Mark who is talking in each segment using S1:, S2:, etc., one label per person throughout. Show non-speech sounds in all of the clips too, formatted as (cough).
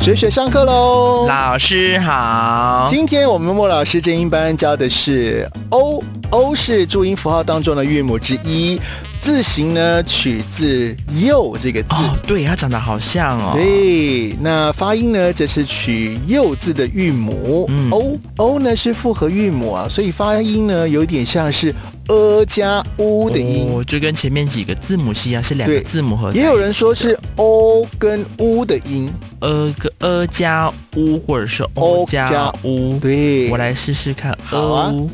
S1: 学学上课喽！
S2: 老师好，
S1: 今天我们莫老师正音班教的是 o o 是注音符号当中的韵母之一，字形呢取自右这个字。
S2: 哦，对，他长得好像哦。
S1: 对，那发音呢？这是取右字的韵母、
S2: 嗯
S1: o o 呢是复合韵母啊，所以发音呢有点像是呃加 u 的音。
S2: 哦，就跟前面几个字母是一样，是两个
S1: 对
S2: 字母合在一起
S1: 也
S2: 的。
S1: 有人说是 o 跟 u 的音，
S2: 呃个呃加乌，或者是
S1: o
S2: o
S1: 哦加
S2: 加乌。，
S1: 对，
S2: 我来试试看。
S1: 好啊
S2: o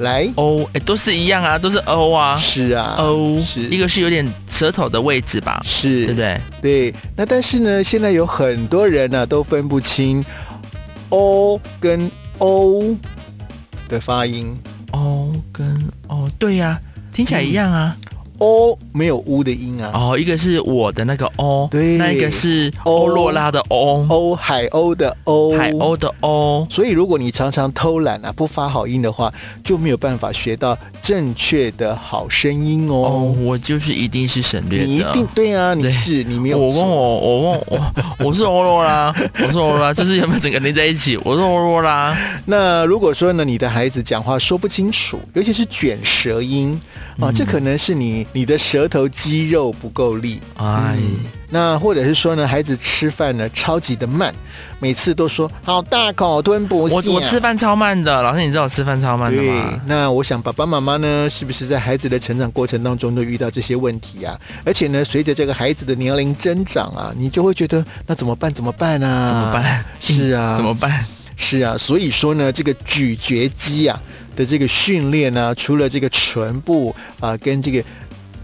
S1: 来，
S2: o 哎，都是一样啊，都是 o 啊
S1: 是啊
S2: ，o
S1: 是
S2: 一个是有点舌头的位置吧，
S1: 是
S2: 对不对？
S1: 对，那但是呢，现在有很多人呢、都分不清 o 跟 o 的发音
S2: o 哦跟 o 对呀，听起来一样啊。
S1: ，o 没有 u 的音啊。
S2: 哦，一个是我的那个 o，
S1: 对哦
S2: 那一个是
S1: 欧
S2: 欧若拉的 o，
S1: o 海鸥的 o，
S2: 海鸥的哦 o。
S1: 所以，如果你常常偷懒啊，不发好音的话，就没有办法学到正确的好声音
S2: 哦，
S1: 哦。
S2: 我就是一定是省略的。
S1: 你一定对啊，你
S2: 对
S1: 是你没有
S2: 我问
S1: 错
S2: 我，我问我，我是欧若拉，
S1: (laughs)
S2: 我是欧若拉，就是有没有整个连在一起？我是欧若拉，
S1: 那如果说呢，你的孩子讲话说不清楚，尤其是卷舌音啊，
S2: 嗯
S1: 这可能是你你的舌头肌肉不够力。
S2: 哎，
S1: 嗯那或者是说呢，孩子吃饭呢超级的慢，每次都说好大口吞不下。
S2: 我我吃饭超慢的，老师，你知道我吃饭超慢的
S1: 啊对
S2: 吗，？
S1: 那我想爸爸妈妈呢，是不是在孩子的成长过程当中都遇到这些问题啊？而且呢，随着这个孩子的年龄增长啊，你就会觉得那怎么办？怎么办啊？
S2: 怎么 (laughs) 办？
S1: 是啊，
S2: 怎么办？
S1: 是啊，所以说呢，这个咀嚼肌啊的这个训练呢、除了这个唇部啊、跟这个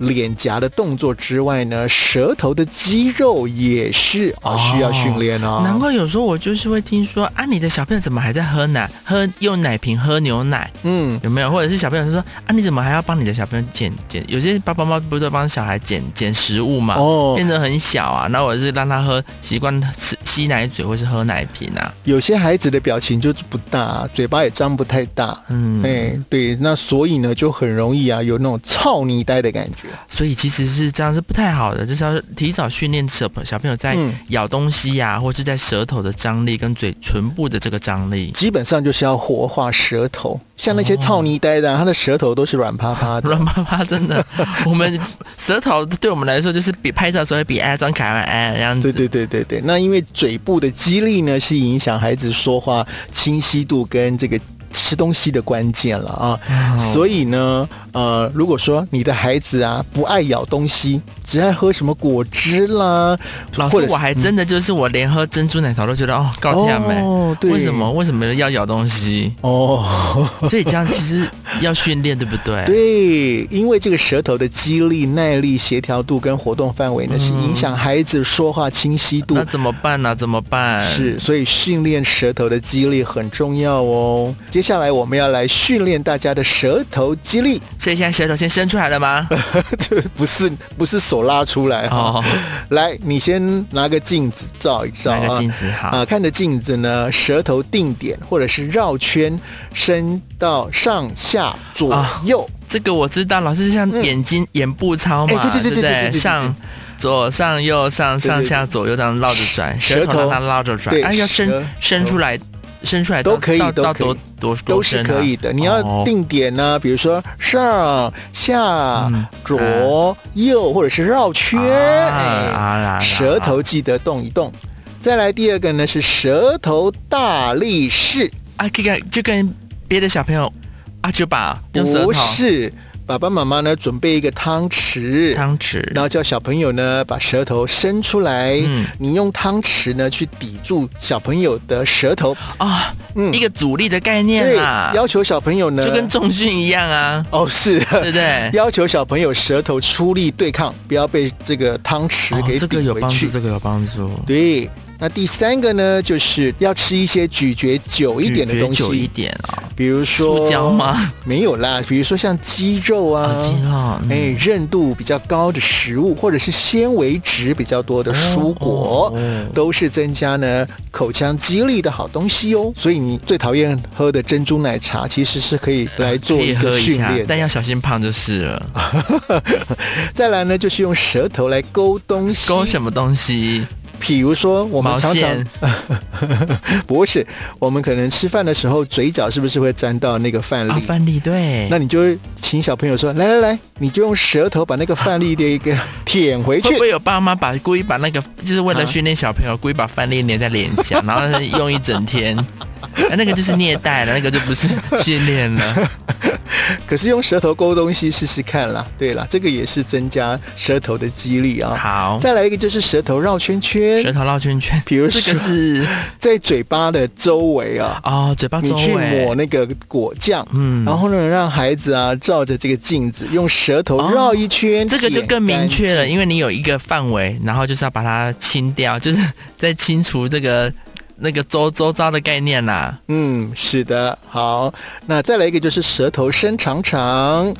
S1: 脸颊的动作之外呢，舌头的肌肉也是啊、
S2: 哦
S1: 需要训练哦。
S2: 难怪有时候我就是会听说啊，你的小朋友怎么还在喝奶？喝用奶瓶喝牛奶
S1: 嗯，
S2: 有没有？或者是小朋友就说啊，你怎么还要帮你的小朋友捡捡？有些爸爸妈妈不是都帮小孩捡捡食物嘛？
S1: 哦，
S2: 变得很小啊，那我是让他喝习惯吃吸奶嘴或是喝奶瓶啊，
S1: 有些孩子的表情就是不大，嘴巴也张不太大。
S2: 嗯，
S1: 哎，对，那所以呢，就很容易啊，有那种操泥呆的感觉。
S2: 所以其实是这样是不太好的，就是要提早训练小朋小朋友在
S1: 嗯
S2: 咬东西呀、或是在舌头的张力跟嘴唇部的这个
S1: (laughs)
S2: 张力。
S1: 基本上就是要活化舌头，像
S2: 哦
S1: 那些操泥呆的啊、他的舌头都是软趴趴的。
S2: 软妈妈真的，我们舌头对我们来说就是比拍照的时候会比哎张凯文哎这样子，
S1: (laughs) 对对对对对，那因为嘴部的肌力呢，是影响孩子说话清晰度跟这个吃东西的关键了啊。
S2: 哦
S1: 所以呢，呃，如果说你的孩子啊不爱咬东西，只爱喝什么果汁啦，
S2: 老
S1: 或
S2: 师
S1: 者是
S2: 我还真的就是我连喝珍珠奶茶都觉得哦高天美，
S1: 哦，对，
S2: 为什么？为什么要咬东西？
S1: 哦，
S2: (laughs) 所以这样其实要训练，对不
S1: (laughs)
S2: 对？
S1: 对，因为这个舌头的肌力、耐力、协调度跟活动范围
S2: 嗯
S1: 呢，是影响孩子说话清晰度
S2: 那怎么办呢、怎么办？
S1: 是，所以训练舌头的肌力很重要哦。接下来我们要来训练大家的舌头肌力， (laughs)
S2: 所以现在舌头先伸出来了吗？
S1: 这不是不是手拉出来哈、
S2: 哦，
S1: 来，你先拿个镜子照一照
S2: 拿个
S1: 啊
S2: 镜。子好。
S1: 啊，看着镜子呢，舌头定点或者是绕圈，伸到上下左
S2: 啊
S1: 右。
S2: 这个我知道，老师就像眼睛、眼部操嘛，
S1: 哎对对对对
S2: 不
S1: 对对对对
S2: 上左上右上
S1: 对对
S2: 上下左右这样绕着转，
S1: 舌
S2: 舌头让
S1: 头
S2: 它绕着转
S1: 对，
S2: 哎，要
S1: 舌
S2: 伸伸出来，伸出来
S1: 都
S2: 到
S1: 可以
S2: 到
S1: 都
S2: 到
S1: 可以
S2: 多多
S1: 都
S2: 多
S1: 是
S2: 深啊
S1: 可以的。你要
S2: 哦
S1: 定点呢、比如说上下、
S2: 嗯
S1: 左右，或者是绕圈。
S2: 啊
S1: 哎
S2: 啊啦啦
S1: 舌头记得动一动。再来第二个呢是舌头大力士，
S2: 啊，可以跟就跟别的小朋友啊，就把用舌头
S1: 不是爸爸妈妈呢准备一个汤匙，
S2: 汤匙，
S1: 然后叫小朋友呢把舌头伸出来，
S2: 嗯
S1: 你用汤匙呢去抵住小朋友的舌头，
S2: 啊，
S1: 嗯
S2: 一个阻力的概
S1: 对
S2: 念啦，，
S1: 要求小朋友呢
S2: 啊就跟重训一样啊，
S1: 哦是。
S2: 对不对？
S1: 要求小朋友舌头出力对抗，不要被这个汤匙给
S2: 哦这个
S1: 顶
S2: 有
S1: 回
S2: 帮
S1: 去
S2: 助，这个有帮助。
S1: 对，那第三个呢，就是要吃一些咀嚼久一点的
S2: 咀嚼
S1: 东
S2: 久一
S1: 西，
S2: 点啊、
S1: 比如说
S2: 塑胶？吗？
S1: 没有啦，比如说像鸡肉啊，
S2: 啊，鸡肉，嗯
S1: 哎，韧度比较高的食物，或者是纤维质比较多的蔬果，
S2: 哦哦
S1: 都是增加呢口腔肌力的好东西哦。所以你最讨厌喝的珍珠奶茶，其实是可以来做
S2: 可以
S1: 一
S2: 喝
S1: 个
S2: 一
S1: 训
S2: 下，
S1: 练。 (laughs) 啊
S2: 但要小心胖就是了。
S1: 再来呢，就是用舌头来勾东西，
S2: 勾什么东西？
S1: 比如说我们
S2: 毛
S1: 常
S2: 线
S1: 常 (laughs) 不是，我们可能吃饭的时候嘴角是不是会沾到那个饭粒？
S2: 啊，范例对，
S1: 那你就会请小朋友说，来来来，你就用舌头把那个饭粒的一个舔回
S2: 会
S1: 去
S2: 不。会有爸妈把故意把那个，就是为了
S1: 啊
S2: 训练小朋友，故意把饭粒粘在脸
S1: (laughs)
S2: 颊，然后用一整天？啊那个就是虐待了，那个就不是训练
S1: (laughs)
S2: 了。
S1: 可是用舌头勾东西试试看啦。对啦，这个也是增加舌头的肌力啊。
S2: 好，
S1: 再来一个就是舌头绕圈
S2: 舌
S1: 圈，
S2: 头绕圈圈，
S1: 比如
S2: 这
S1: 说
S2: 个是
S1: 在嘴巴的周围啊，
S2: 哦，嘴巴
S1: 你
S2: 周
S1: 去抹
S2: 围，
S1: 那个果酱。
S2: 嗯，
S1: 然后呢，让孩子啊照着这个镜子，用舌头
S2: 哦
S1: 绕一圈，
S2: 这个就
S1: 舔
S2: 更明
S1: 干
S2: 确了，
S1: 净。
S2: 因为你有一个范围，然后就是要把它清掉， (laughs) 就是在清除这个那个周周遭的概念啊啦。
S1: 嗯，是的。好，那再来一个就是舌头伸长长，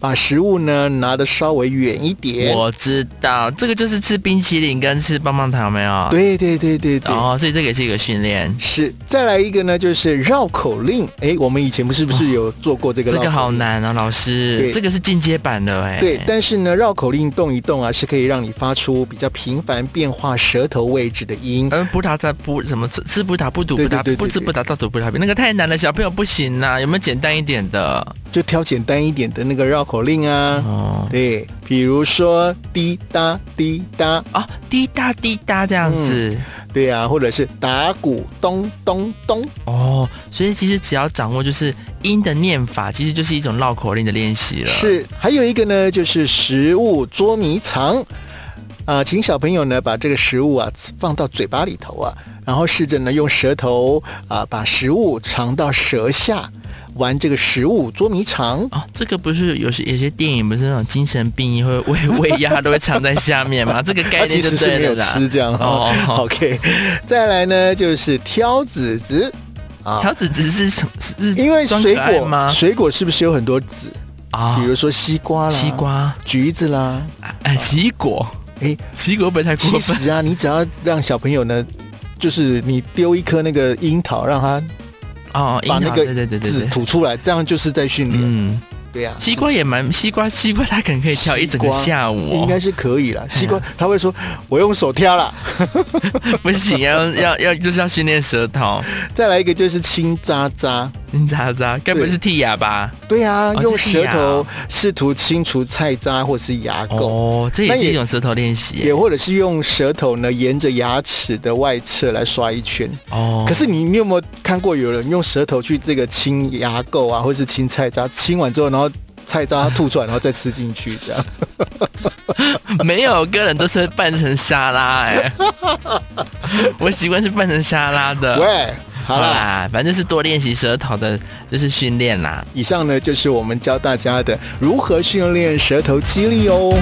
S1: 把食物呢拿得稍微远一点。
S2: 我知道，这个就是吃冰淇淋跟吃棒棒糖，有没有？。
S1: 对对对对对。
S2: 哦，所以这个也是一个训练。
S1: 是，再来一个呢，就是绕口令。诶，我们以前不是不是有做过这个
S2: 这
S1: 绕口令？
S2: 个好难啊，老师，
S1: 对
S2: 这个是进阶版的哎、
S1: 对，但是呢，绕口令动一动啊，是可以让你发出比较频繁变化舌头位置的音。
S2: 而呃葡萄在不什么吃吃葡萄不吐葡
S1: 对对
S2: 萄
S1: 对对
S2: 不吃
S1: 对
S2: 葡萄倒吐葡萄皮，那个太难了，小朋友不行啦、有没有简单一点的？
S1: 就挑简单一点的那个绕口令啊。
S2: 哦
S1: 对，比如说滴答滴答，
S2: 哦，滴答滴答这样子、
S1: 对啊，或者是打鼓咚咚咚，
S2: 哦，所以其实只要掌握就是音的念法，其实就是一种绕口令的练习了。
S1: 是。还有一个呢，就是食物捉迷藏。啊、请小朋友呢把这个食物啊放到嘴巴里头啊，然后试着呢用舌头啊把食物尝到舌下，玩这个食物捉迷藏。
S2: 哦，这个不是有些有些电影不是那种精神病会喂喂药都会藏在下
S1: (laughs)
S2: 面吗？这个概
S1: 它
S2: 念
S1: 其
S2: 就
S1: 实是
S2: 对
S1: 没
S2: 了
S1: 有
S2: 啦。
S1: 吃这样
S2: 哦
S1: 哦。OK，再来呢就是挑籽籽啊，
S2: 条子只是什么？是是
S1: 因为
S2: 哦装
S1: 水
S2: 可爱
S1: 果
S2: 吗？
S1: 水果是不是有很多籽？
S2: 啊
S1: 比如说西瓜啦、
S2: 西、瓜，
S1: 橘子啦。
S2: 哎，奇异果，
S1: 哎，
S2: 奇异果会不会太
S1: 其
S2: 过分？
S1: 实啊，你只要让小朋友呢，就是你丢一颗那个樱桃，让他
S2: 哦，樱
S1: 把
S2: 桃，
S1: 那个
S2: 对对对对
S1: 籽
S2: 对，
S1: 吐出来，这样就是在训练。
S2: 嗯，
S1: 对呀、啊，
S2: 西瓜也蛮，西瓜西瓜它可能可以跳一整个下午哦，
S1: 应该是可
S2: (laughs)
S1: 以啦。西瓜他会说：“我用手挑啦。 (laughs)
S2: (laughs) 不行，要要要就是要训练舌头，”
S1: 再来一个就是青渣渣。
S2: (laughs) 你渣渣，该不会是剔牙吧？
S1: 对啊，
S2: 哦
S1: 用
S2: 是剔
S1: 舌
S2: 牙
S1: 头试图清除菜渣或是牙垢，
S2: 哦，这也
S1: 那
S2: 是
S1: 也
S2: 一种舌头练习
S1: 也
S2: 耶
S1: 或者是用舌头呢沿着牙齿的外侧来刷一圈。
S2: 哦。
S1: 可是你你有没有看过有人用舌头去这个清牙垢啊，或是清菜渣？清完之后，然后菜渣吐出来，然后再吃进去， (laughs) 这样
S2: 没有，个人都是拌成沙拉
S1: (laughs)
S2: 哎，我习惯是拌成沙拉的。
S1: 喂，呃好啦，
S2: 啦，反正就是多练习舌头的，就是训练啦。
S1: 以上呢就是我们教大家的如何训练舌头肌力哦。